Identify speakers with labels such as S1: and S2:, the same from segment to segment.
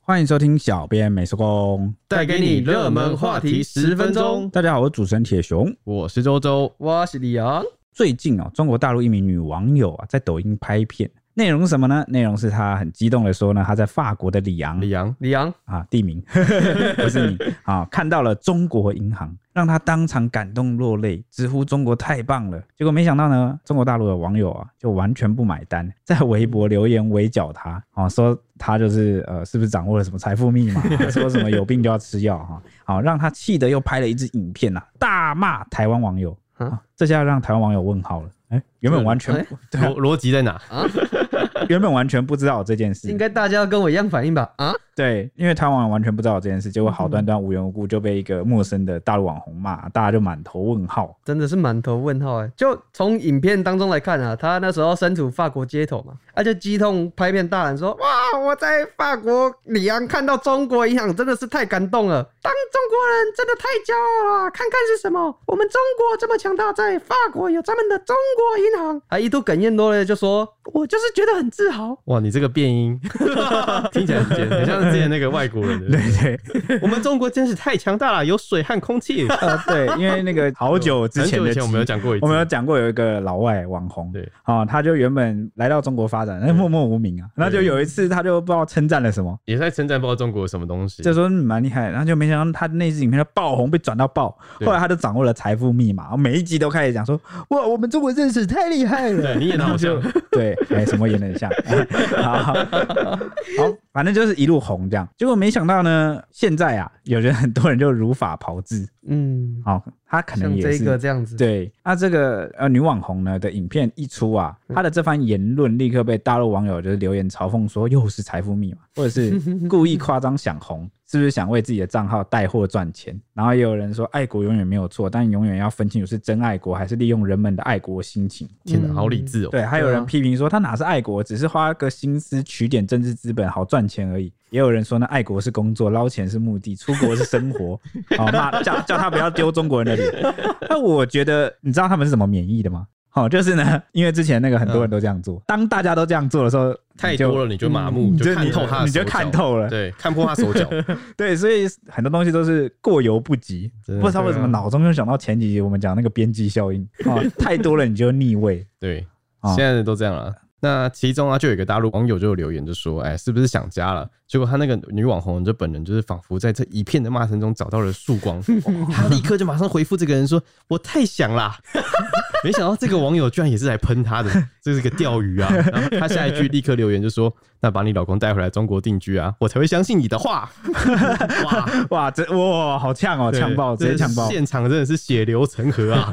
S1: 欢迎收听小编没收工。
S2: 带给你热门话题十分钟。
S1: 大家好，我是主持人铁熊。
S2: 我是周周，
S3: 我是李昂，
S1: 最近哦，中国大陆一名女网友啊，在抖音拍片，内容是什么呢？内容是她很激动的说呢，她在法国的里昂
S2: 李阳，
S3: 李昂，
S1: 啊，地名 不是你啊，看到了中国银行，让她当场感动落泪，直呼中国太棒了。结果没想到呢，中国大陆的网友啊，就完全不买单，在微博留言围剿她啊，说她就是呃，是不是掌握了什么财富密码、啊说什么有病就要吃药哈，好、啊让她气得又拍了一支影片呐、啊，大骂台湾网友啊，这下让台湾网友问号了。哎，原本完全
S3: 哎
S1: 不对啊
S2: 逻逻辑在哪？
S1: 原本完全不知道这件事，
S3: 应该大家要跟我一样反应吧？啊，
S1: 对，因为台湾完全不知道这件事，结果好端端无缘无故就被一个陌生的大陆网红骂，大家就满头问号。
S3: 真的是满头问号哎、就从影片当中来看啊，他那时候身处法国街头嘛，他就激动拍片大喊说：“哇，我在法国里昂看到中国银行，真的是太感动了！当中国人真的太骄傲了！看看是什么，我们中国这么强大，在法国有他们的中国银行。”还一度哽咽落泪，就说：“我就是觉得很自豪，
S2: 哇，你这个 变音听起来很简，很像之前那个外国人的。
S1: 对对
S2: 我们中国真是太强大了，有水和空气。
S1: 呃对，因为那个 好久 之
S2: 很
S1: 前
S2: 久
S1: 的
S2: 以前我们有
S1: 集
S2: 讲过一次，
S1: 我们有讲过有一个老外网红，
S2: 对，
S1: 啊、他就原本来到中国发展，但是默默无名啊，然后就有一次他就不知道称赞了什么，
S2: 也在称赞不知道中国有什么东西。
S1: 就说嗯蛮厉害的，然后就没想到他那支影片就爆红，被转到爆，
S2: 对
S1: 后来他就掌握了财富密码，每一集都开始讲说哇，我们中国认识太厉害了，
S2: 对你演的好像，
S1: 对，哎、什么演的很像， 好，好，反正就是一路红这样。结果没想到呢，现在啊，有人很多人就如法炮制，
S3: 嗯，
S1: 好、他可能
S3: 像
S1: 也
S3: 这
S1: 是
S3: 个这样子，
S1: 对，那这个呃女网红呢的影片一出啊，
S3: 嗯
S1: 她的这番言论立刻被大陆网友就是留言嘲讽说又是财富密码，或者是故意夸张想红，是不是想为自己的账号带货赚钱？然后也有人说爱国永远没有错，但永远要分清楚是真爱国还是利用人们的爱国心情。
S2: 天哪，
S3: 嗯
S2: 好理智哦。
S1: 对，还有
S3: 对啊
S1: 人批评说他哪是爱国，只是花个心思取点政治资本好赚钱而已。也有人说呢，爱国是工作，捞钱是目的，出国是生 活。好、骂叫叫他不要丢中国人的脸。那我觉得，你知道他们是怎么免疫的吗？好、就是呢，因为之前那个很多人都这样
S3: 嗯
S1: 做，当大家都这样做的时候，
S2: 太多了你就麻木，
S1: 嗯你
S2: 就
S1: 就
S2: 看透他的
S1: 你
S2: 手
S1: 就
S2: 脚，
S1: 看透了。
S2: 对，看破他手脚。
S1: 对，所以很多东西都是过犹不及，
S2: 真的
S1: 不知道为什么
S3: 对啊
S1: 脑中就想到前几集我们讲那个边际效应啊、 太多了你就腻味。
S2: 对
S1: 啊，
S2: 现在的都这样了。那其中啊，就有一个大陆网友就有留言，就说：“哎，是不是想家了？”结果他那个女网红就本人就是仿佛在这一片的骂声中找到了曙 光，他立刻就马上回复这个人说：“我太想啦！” 没想到这个网友居然也是来喷他的，这是个钓鱼啊！然后他下一句立刻留言就说：“那把你老公带回来中国定居啊，我才会相信你的话。”哇，
S1: 哇，这哇好呛哦，
S2: 对
S1: 呛爆，直接呛爆
S2: 这。现场真的是血流成河 啊！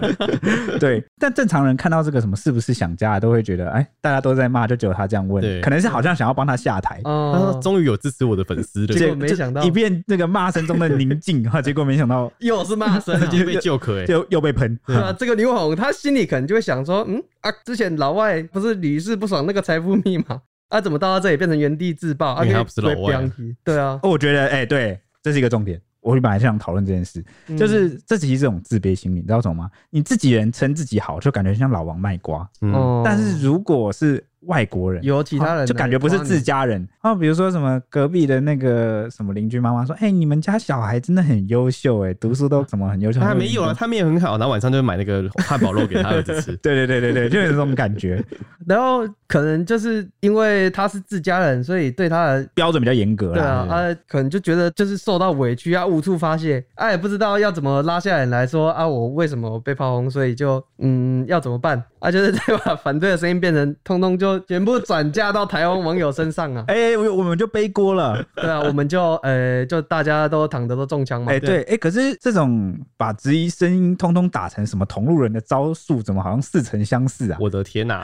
S1: 对，但正常人看到这个什么是不是想家，都会觉得，哎，大家都在骂，就只有他这样问，
S2: 对
S1: 可能是好像想要帮他下台。
S2: 他说
S3: 哦：“，
S2: 终于有支持我的粉丝了，
S3: 结
S2: 这
S3: 果没想到
S1: 一片那个骂声中的宁静哈，结果没想到
S3: 又是 骂声、啊，
S2: 已经被救可哎。”
S1: 就又被喷。
S3: 对啊，这个女网红她心里可能就会想说，嗯啊，之前老外不是屡试不爽那个财富密码 啊，怎么到她这里变成原地自爆？啊，
S2: 因
S3: 可
S2: 为
S3: 以
S2: 她不是老外啊
S3: 被标题对啊，
S1: 哦，我觉得，哎，对，这是一个重点。我本来就想讨论这件事，
S3: 嗯
S1: 就是这其实是一种自卑心理，你知道什么吗？你自己人称自己好，就感觉像老王卖瓜。
S2: 嗯
S3: 哦
S1: 但是如果是外国人，
S3: 有其他人
S1: 啊就感觉不是自
S3: 己，
S1: 家人啊，比如说什么隔壁的那个什么邻居妈妈说，哎、你们家小孩真的很优秀、哎，读书都怎么很优秀？
S2: 他
S1: 很
S2: 没有啊，
S1: 运动，。
S2: 他们也很好，然后晚上就买那个 汉堡肉给他儿子吃
S1: 对对对对对，就有这种感觉，
S3: 然后可能就是因为她是自家人，所以对她的
S1: 标准比较严格
S3: 对
S1: 啦。
S3: 啊，啊，可能就觉得就是受到委屈啊，无处发泄，啊，也不知道要怎么拉下脸来说啊，我为什么被炮轰，所以就嗯，要怎么办啊？就是再把反对的声音变成通通就全部转嫁到台湾网友身上 啊。
S1: 哎、我我们就背锅了。
S3: 对啊，我们就呃，就大家都躺着都中枪嘛。
S1: 哎、对，哎、可是这种把质疑声音通通打成什么同路人的招数，怎么好像似曾相识啊？
S2: 我的天 哪、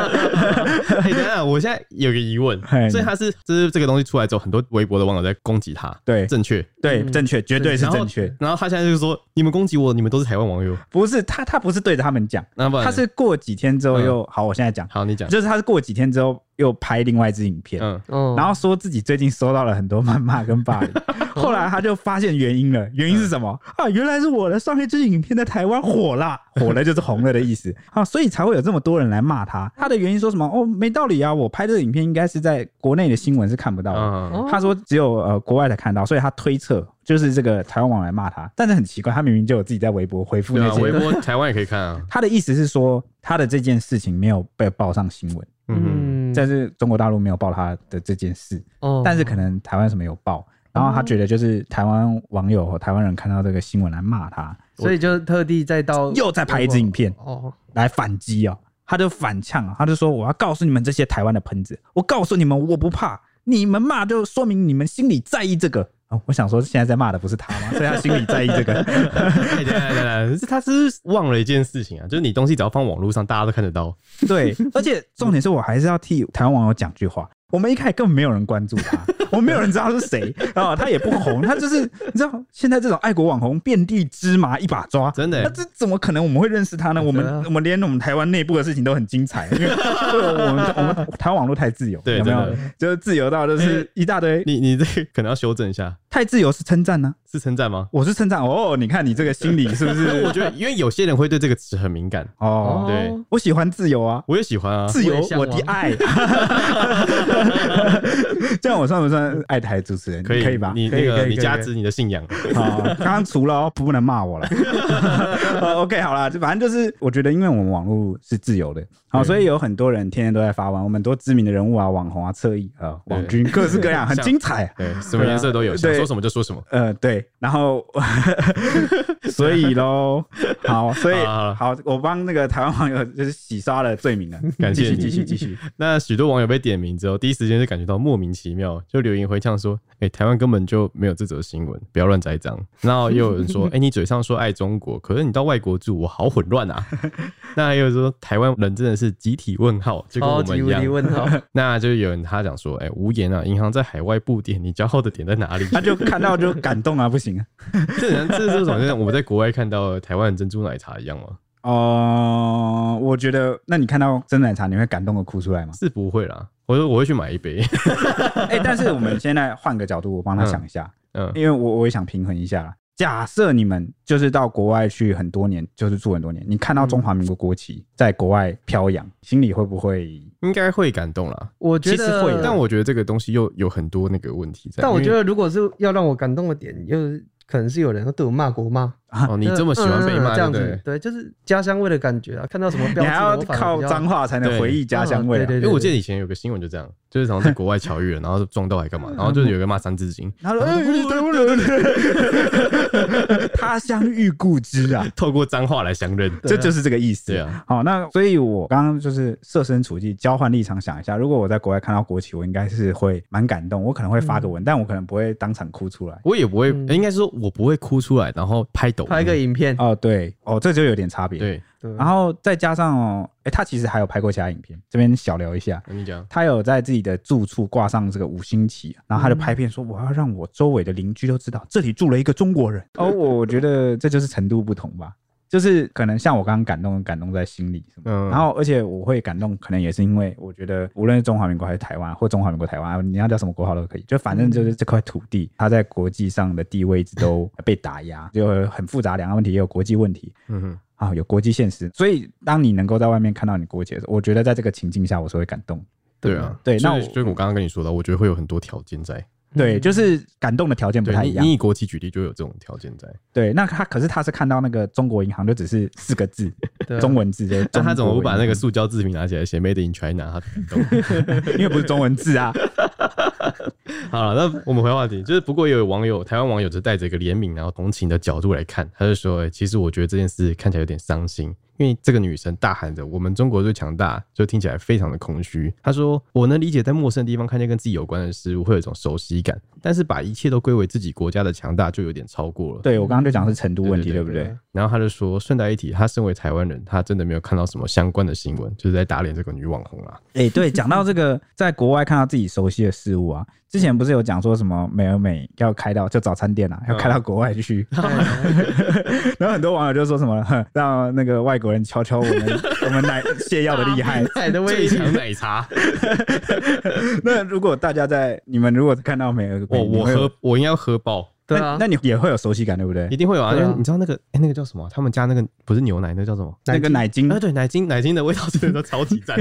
S2: 哎等一下，我现在有个疑问
S1: 嘿，
S2: 所以他是就是这个东西出来之后，很多微博的网友在攻击他，
S1: 对
S2: 正确。
S1: 对，
S3: 嗯
S1: 正确，绝对是
S2: 然后
S1: 正确，
S2: 然后他现在就说：“你们攻击我，你们都是台湾网友。
S1: 不是他，他不是对着他们讲，”
S2: 那不然
S1: 他是是过几天之后
S2: 嗯
S1: 又、好，我现在讲，
S2: 好，你讲，
S1: 就是他是过几天之后又拍另外一支影片，
S2: 嗯，
S3: 哦，
S1: 然后说自己最近收到了很多谩骂跟 霸凌，后来他就发现原因了，原因是什么
S2: 嗯
S1: 啊？原来是我的上一支影片在台湾火啦，火了就是红了的意思 啊，所以才会有这么多人来骂他。他的原因说什么？哦，没道理啊，我拍的影片应该是在国内的新闻是看不到的。
S2: 嗯，
S3: 哦
S1: 他说只有呃国外才看到，所以他推测就是这个台湾网友来骂他，但是很奇怪，他明明就有自己在微博回复
S2: 对
S1: 那
S2: 啊，
S1: 些
S2: 微
S1: 人。
S2: 博台湾也可以 看啊，
S1: 他的意思是说，他的这件事情没有被报上新闻，
S2: 嗯
S3: 嗯，
S1: 但是中国大陆没有报他的这件事，
S3: 哦
S1: 但是可能台湾什么有报，然后他觉得就是台湾网友和台湾人看到这个新闻来骂他，
S3: 所以就特地再到
S1: 又再拍一支影片
S3: 哦，
S1: 来反击哦，他就反呛，他就说我要告诉你们这些台湾的喷子，我告诉你们我不怕，你们骂就说明你们心里在意这个。哦、我想说，现在在骂的不是他吗？所以他心里在意这个。
S2: 哎等一下等一下， 可是他是忘了一件事情啊，就是你东西只要放网络上，大家都看得到。
S1: 对，而且重点是我还是要替台湾网友讲句话。我们一开始根本没有人关注 他，我们没有人知道他是谁啊、他也不红，他就是你知道，现在这种爱国网红遍地芝麻一把抓，
S2: 真的欸
S1: 那这怎么可能我们会认识他呢？我们
S3: 对啊
S1: 我们连我们台湾内部的事情都很精彩，因为 对我们我们台湾网络太自由，
S2: 对
S1: 有没有
S2: 真？哎
S1: 就是自由到就是一大堆，
S2: 你你这个可能要修正一下，
S1: 太自由是称赞呢、
S2: 是称赞吗？
S1: 我是称赞哦，你看你这个心理是不
S2: 但 我
S1: 是？
S2: 觉
S3: 嗯
S2: 得，因为有些人会对这个词很敏感，
S1: 哦，
S2: 对
S1: 我喜欢自由啊，
S2: 我也喜欢啊。
S1: 自由
S3: 我也向
S1: 我
S3: 往
S1: 的爱， 这样我算不算爱台主持人？
S2: 可以
S1: 可以吧？
S2: 你
S3: 可以可
S2: 那
S3: 以
S2: 个
S3: 可以
S2: 你加值你的信仰，
S1: 好，刚刚除了哦不能骂我了。 呃 OK，好啦，就反正就是我觉得，因为我们网络是自由的，好，所以有很多人天天都在发文，我们很多知名的人物啊、网红啊、侧翼啊、
S2: 对
S1: 网军，各式各样，很
S2: 像
S1: 精彩。
S2: 对，什么颜色都有，想
S1: 对
S2: 说什么就说什么。
S1: 呃，对，然后 所以喽，好，所以
S2: 好好
S1: 好，我帮那个台湾网友就是洗刷了罪名了，
S2: 感谢
S1: 继续
S2: 你
S1: 继续继续，
S2: 那许多网友被点名之后，第一时间就感觉到莫名其妙，就留言回呛说：“哎、台湾根本就没有这则新闻，不要乱栽赃。”然后又有 人说：“哎、你嘴上说爱中国，可是你到外国住，我好混乱 啊！”那还有说台湾人真的是集体问号，就跟我
S3: 超
S2: 们
S3: 级
S2: 一
S3: 无敌
S2: 样。
S3: 哦问号，
S2: 那就有人他讲说：“哎、无言啊，银行在海外布点，你骄傲的点在哪里
S1: 他就看到就感动啊，不行啊。？”
S2: 这人这这种就像我们在国外看到台湾的珍珠奶茶一样吗？？
S1: 哦，我觉得，那你看到真奶茶，你会感动的哭出来吗
S2: 是不会啦，我说我会去买一杯。
S1: 哎、但是我们现在换个角度，我帮他想一下，
S2: 嗯，
S1: 因为我我也想平衡一下啦。假设你们就是到国外去很多年，就是住很多年，你看到中华民国国旗在国外飘扬，心里会不会？
S2: 应该会感动啦。
S3: 我觉
S1: 其实
S3: 得
S1: 会的
S2: 但我觉得这个东西又有很多那个问题在。
S3: 但我
S2: 因
S3: 觉
S2: 为
S3: 得，如果是要让我感动的点，又可能是有人会对我骂国骂，
S2: 哦，你这么喜欢被
S3: 嗯嗯嗯
S2: 骂，
S3: 这样
S2: 对不
S3: 子对，
S2: 对，？
S3: 就是家乡味的感觉啊。看到什么
S1: 你
S3: 标志，
S1: 还要
S3: 我反而
S1: 靠
S3: 比较
S1: 脏话才能回忆家乡味、啊
S3: 嗯对对
S2: 因为我记得以前有个新闻就这样，就是好像在国外巧遇了，然后撞到还干嘛，然后就是有一个骂《三字经》，
S1: 他说：“哎、对不对？他乡遇故知啊，
S2: 透过脏话来相认。
S1: 这就是这个意思。
S2: 对啊，
S1: 好，那所以，我刚刚就是设身处地交换立场想一下，如果我在国外看到国旗，我应该是会蛮感动，我可能会发个文，但我可能不会当场哭出来。
S2: 我也不会，
S3: 嗯
S2: 应该是说我不会哭出来，然后拍抖音
S3: 拍个影片，
S1: 哦，对，哦，这就有点差别。，
S2: 对，
S3: 对
S1: 然后再加上哦，哎，他其实还有拍过其他影片，这边小聊一下。
S2: 跟你讲，
S1: 他有在自己的住处挂上这个五星旗，然后他就拍片说：“我要让我周围的邻居都知道这里住了一个中国人。”哦，我觉得这就是程度不同吧，就是可能像我刚刚感动，感动在心里什么的
S2: 嗯，
S1: 然后，而且我会感动，可能也是因为我觉得，无论是中华民国还是台湾，或中华民国台湾，啊你要叫什么国号都可以，就反正就是这块土地，它在国际上的地位一直都被打压，就很复杂，两岸问题也有国际问题
S2: 嗯哼，
S1: 啊，有国际现实。所以，当你能够在外面看到你国旗的时候，我觉得在这个情境下，我是会感动。
S2: 对啊，
S1: 对那
S2: 所以
S1: 我
S2: 就我刚刚跟你说的，我觉得会有很多条件在，
S1: 对，就是感动的条件不
S2: 对
S1: 太一
S2: 你
S1: 样
S2: 你。以国旗举例就有这种条件在，
S1: 对，那他可是他是看到那个中国银行就只是四个字，
S3: 对啊
S1: 中文字就是
S2: 但他怎么不
S1: 中国
S2: 把
S1: 银行
S2: 那个塑胶制品拿起来写 “Made in China”？他感动。
S1: 因为不是中文字啊，
S2: 好了，那我们回话题，就是不过也有网友，台湾网友就带着一个怜悯然后同情的角度来看，他就说、欸其实我觉得这件事看起来有点伤心，因为这个女生大喊着“我们中国最强大”，就听起来非常的空虚。他说：“我能理解在陌生的地方看见跟自己有关的事物会有一种熟悉感，但是把一切都归为自己国家的强大，就有点超过了。”
S1: 对我刚刚就讲是程度问题，
S2: 对
S1: 对不对？
S2: 然后他就说，顺带一提，他身为台湾人，人，他真的没有看到什么相关的新闻，就是在打脸这个女网红啊。
S1: 哎、对，讲到这个，在国外看到自己熟悉的事物啊，之前不是有讲说什么美而美要开到就早餐店啊，要开到国外去，然后很多网友就说什么哼让那个外国人瞧瞧我们我们奶泻药的厉害。
S3: 奶的味
S2: 最
S3: 道
S2: 强奶茶，
S1: 那如果大家在你们如果看到美而美，
S2: 我
S1: 你
S2: 哦我
S1: 会有
S2: 喝我应该要喝爆，
S3: 对啊
S1: 那，那你也会有熟悉感，对不对
S2: 一？定会有啊，因
S3: 对啊
S2: 为你知道那个哎、那个叫什么？他们家那个不是牛奶，那个叫什么？
S1: 那个奶精
S2: 啊，，对，奶精奶精的味道真的都超级 赞。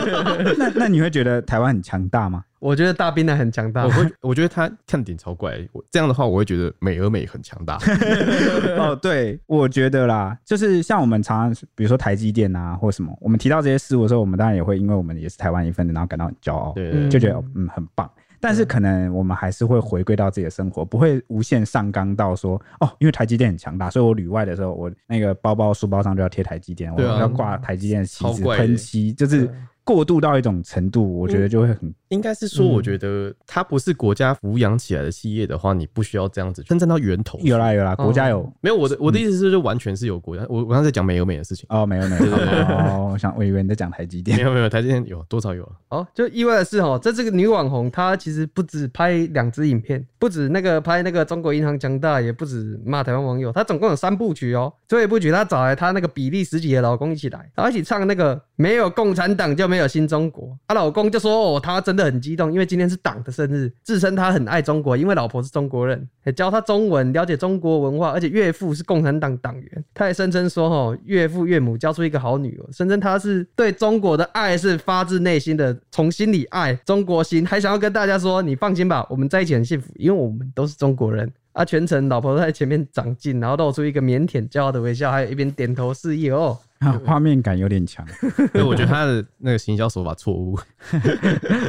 S1: 那那你会觉得台湾很强大吗？
S3: 我觉得大冰奶很强大
S2: 我。会我觉得他看点超怪，我这样的话我会觉得美而美很强 大。
S1: 哦，对，我觉得啦，就是像我们常常，比如说台积电啊，或什么，我们提到这些事物的时候，我们当然也会因为我们也是台湾一份子，然后感到很骄傲，
S2: 对
S3: 嗯
S2: 对
S1: 就觉得嗯很棒。但是可能我们还是会回归到自己的生活，不会无限上纲到说哦，因为台积电很强大，所以我旅外的时候，我那个包包、书包上就要贴台积电，我
S2: 对啊
S1: 要挂台积电的旗
S2: 超
S1: 子、
S2: 怪的啊
S1: 喷漆，就是
S3: 对
S1: 过渡到一种程度，我觉得就会很
S2: 应该是说，
S3: 嗯
S2: 我觉得它不是国家抚养起来的企业的话，你不需要这样子分散到源头。
S1: 有啦有啦，国家有
S2: 没有我的我的意思是，就完全是有国家。我我刚才在讲美而美的事情，
S1: 哦，没有没有，哦，我想我以为你在讲台积电
S2: 没，有没有，台积电有多少有啊？
S3: 哦，就意外的是哦，这这个女网红她其实不止拍两支影片，不止那个拍那个中国银行强大，也不止骂台湾网友，她总共有三部曲哦。最后一部曲她找来她那个比利时籍的老公一起来，然后一起唱那个没有共产党就没有新中国。她老公就说哦，他真的很激动，因为今天是党的生日，自称他很爱中国，因为老婆是中国人，也教他中文，了解中国文化，而且岳父是共产党党员。他还声称说哦，岳父岳母教出一个好女儿，声称他是对中国的爱是发自内心的，从心里爱中国心，还想要跟大家说，你放心吧，我们在一起很幸福，因为我们都是中国人。啊，全程老婆都在前面长进，然后露出一个腼腆骄傲的微笑，还有一边点头示意哦。
S1: 啊画面感有点强。
S2: 对，我觉得她的那个行销手法错误，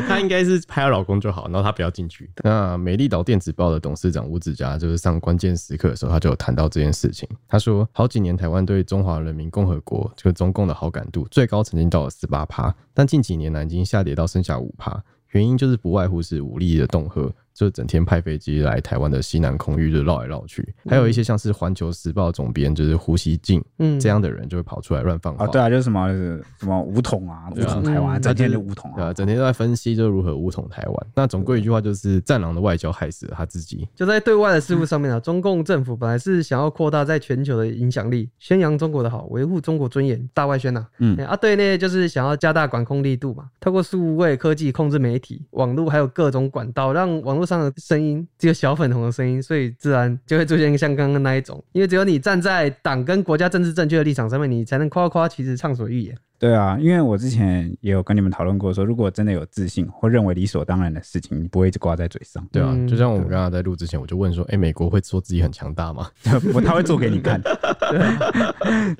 S2: 她应该是拍她老公就好，然后她不要进去。那美丽岛电子报的董事长吴子嘉就是上关键时刻的时候，他就有谈到这件事情。他说，好几年台湾对中华人民共和国这个中共的好感度最高曾经到了十八趴，但近几年来已经下跌到剩下五趴，原因就是不外乎是武力的恫吓。就整天派飞机来台湾的西南空域就绕来绕去，还有一些像是《环球时报》总编就是胡锡进
S3: 嗯，
S2: 这样的人就会跑出来乱放话。
S1: 啊，对啊，就是什么就是什么五桶啊，五
S2: 对啊
S1: 桶台湾啊，
S3: 嗯
S1: 整天就五桶
S2: 对啊，
S1: 啊，
S2: 整天都在分析就如何武统台湾。那总归一句话就是，战狼的外交害死了他自己。
S3: 就在对外的事务上
S1: 嗯
S3: 面啊，中共政府本来是想要扩大在全球的影响力，宣扬中国的好，维护中国尊严，大外宣呐、啊。
S1: 嗯
S3: 哎啊，对内就是想要加大管控力度嘛，透过数位科技控制媒体、网络还有各种管道，让网络上的声音只有小粉红的声音，所以自然就会出现像刚刚那一种，因为只有你站在党跟国家政治正确的立场上面，你才能夸夸其词、畅所欲言。
S1: 对啊，因为我之前也有跟你们讨论过说如果真的有自信或认为理所当然的事情，你不会一直挂在嘴上，
S2: 对啊，
S3: 嗯
S2: 就像我们刚刚在录之前，我就问说，哎、美国会说自己很强大吗？
S1: 我他会做给你看。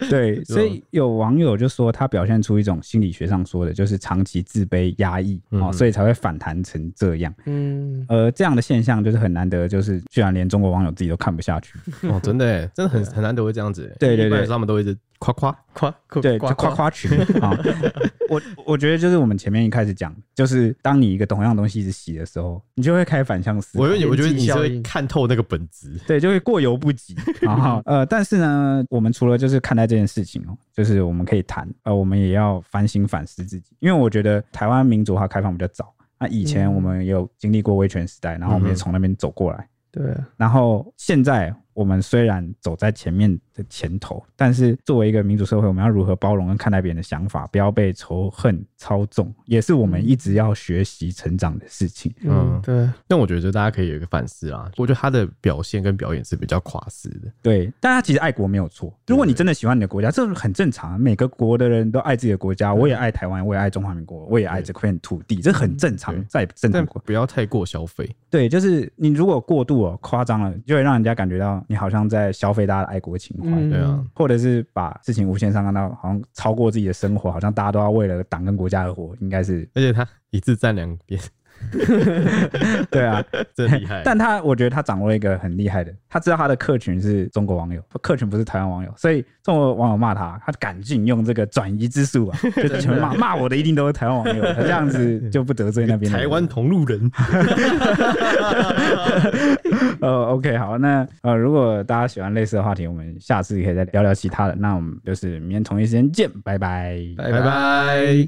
S1: 对，所
S2: 啊
S1: 以有网友就说他表现出一种心理学上说的，就是长期自卑压抑
S2: 嗯
S1: 哦，
S2: 嗯
S1: 所以才会反弹成这样。
S3: 嗯，
S1: 呃，这样的现象就是很难得，就是居然连中国网友自己都看不下去，
S2: 哦，真的耶，真的 很很难得会这样子耶。
S1: 啊对对
S2: 一
S1: 对
S2: 般人他们都一直夸夸。
S3: 夸
S1: 对，就
S3: 夸
S1: 夸夸群啊。我我觉得就是我们前面一开始讲，就是当你一个同样东西一直洗的时候，你就会开反向思
S2: 我
S1: 考。
S2: 有点，我觉得你是
S3: 效
S2: 会
S3: 应
S2: 看透那个本质。
S1: 对，就会过犹不 及啊。呃，但是呢，我们除了就是看待这件事情哦，就是我们可以谈，呃，我们也要反省反思自己，因为我觉得台湾民主化开放比较早，那以前
S3: 嗯
S1: 我们也有经历过威权时代，然后我们也
S2: 嗯哼
S1: 从那边走过来，
S3: 对啊，
S1: 然后现在我们虽然走在前面的前头，但是作为一个民主社会，我们要如何包容跟看待别人的想法，不要被仇恨操纵，也是我们一直要学习成长的事情。
S2: 嗯
S3: 嗯，对，
S2: 但我觉得大家可以有一个反思啊，我觉得他的表现跟表演是比较垮死的。
S1: 对，但他其实爱国没有错。如果你真的喜欢你的国家，这很正常，每个国的人都爱自己的国家。我也爱台湾，我也爱中华民国，我也爱这片土地，这很正常
S2: 对，
S1: 再正常
S2: 但
S1: 过。
S2: 不要太过消费，
S1: 对，就是你如果过度哦夸张了，就会让人家感觉到你好像在消费大家的爱国情怀。
S3: 嗯
S2: 对啊，
S1: 或者是把事情无限上纲到好像超过自己的生活，好像大家都要为了党跟国家而活，应该是
S2: 而且他一次站两边，
S1: 对啊，
S2: 真厉害。
S1: 但他我觉得他掌握了一个很厉害的，他知道他的客群是中国网友，客群不是台湾网友，所以中国网友骂他，他赶紧用这个转移之术啊，就全骂骂我的一定都是台湾网友，啊他这样子就不得罪那边的
S2: 台
S1: 人
S2: 湾同路人，
S1: 呃，OK，好，那呃，如果大家喜欢类似的话题，我们下次可以再聊聊其他的。那我们就是明天同一时间见，拜拜。
S2: 拜拜。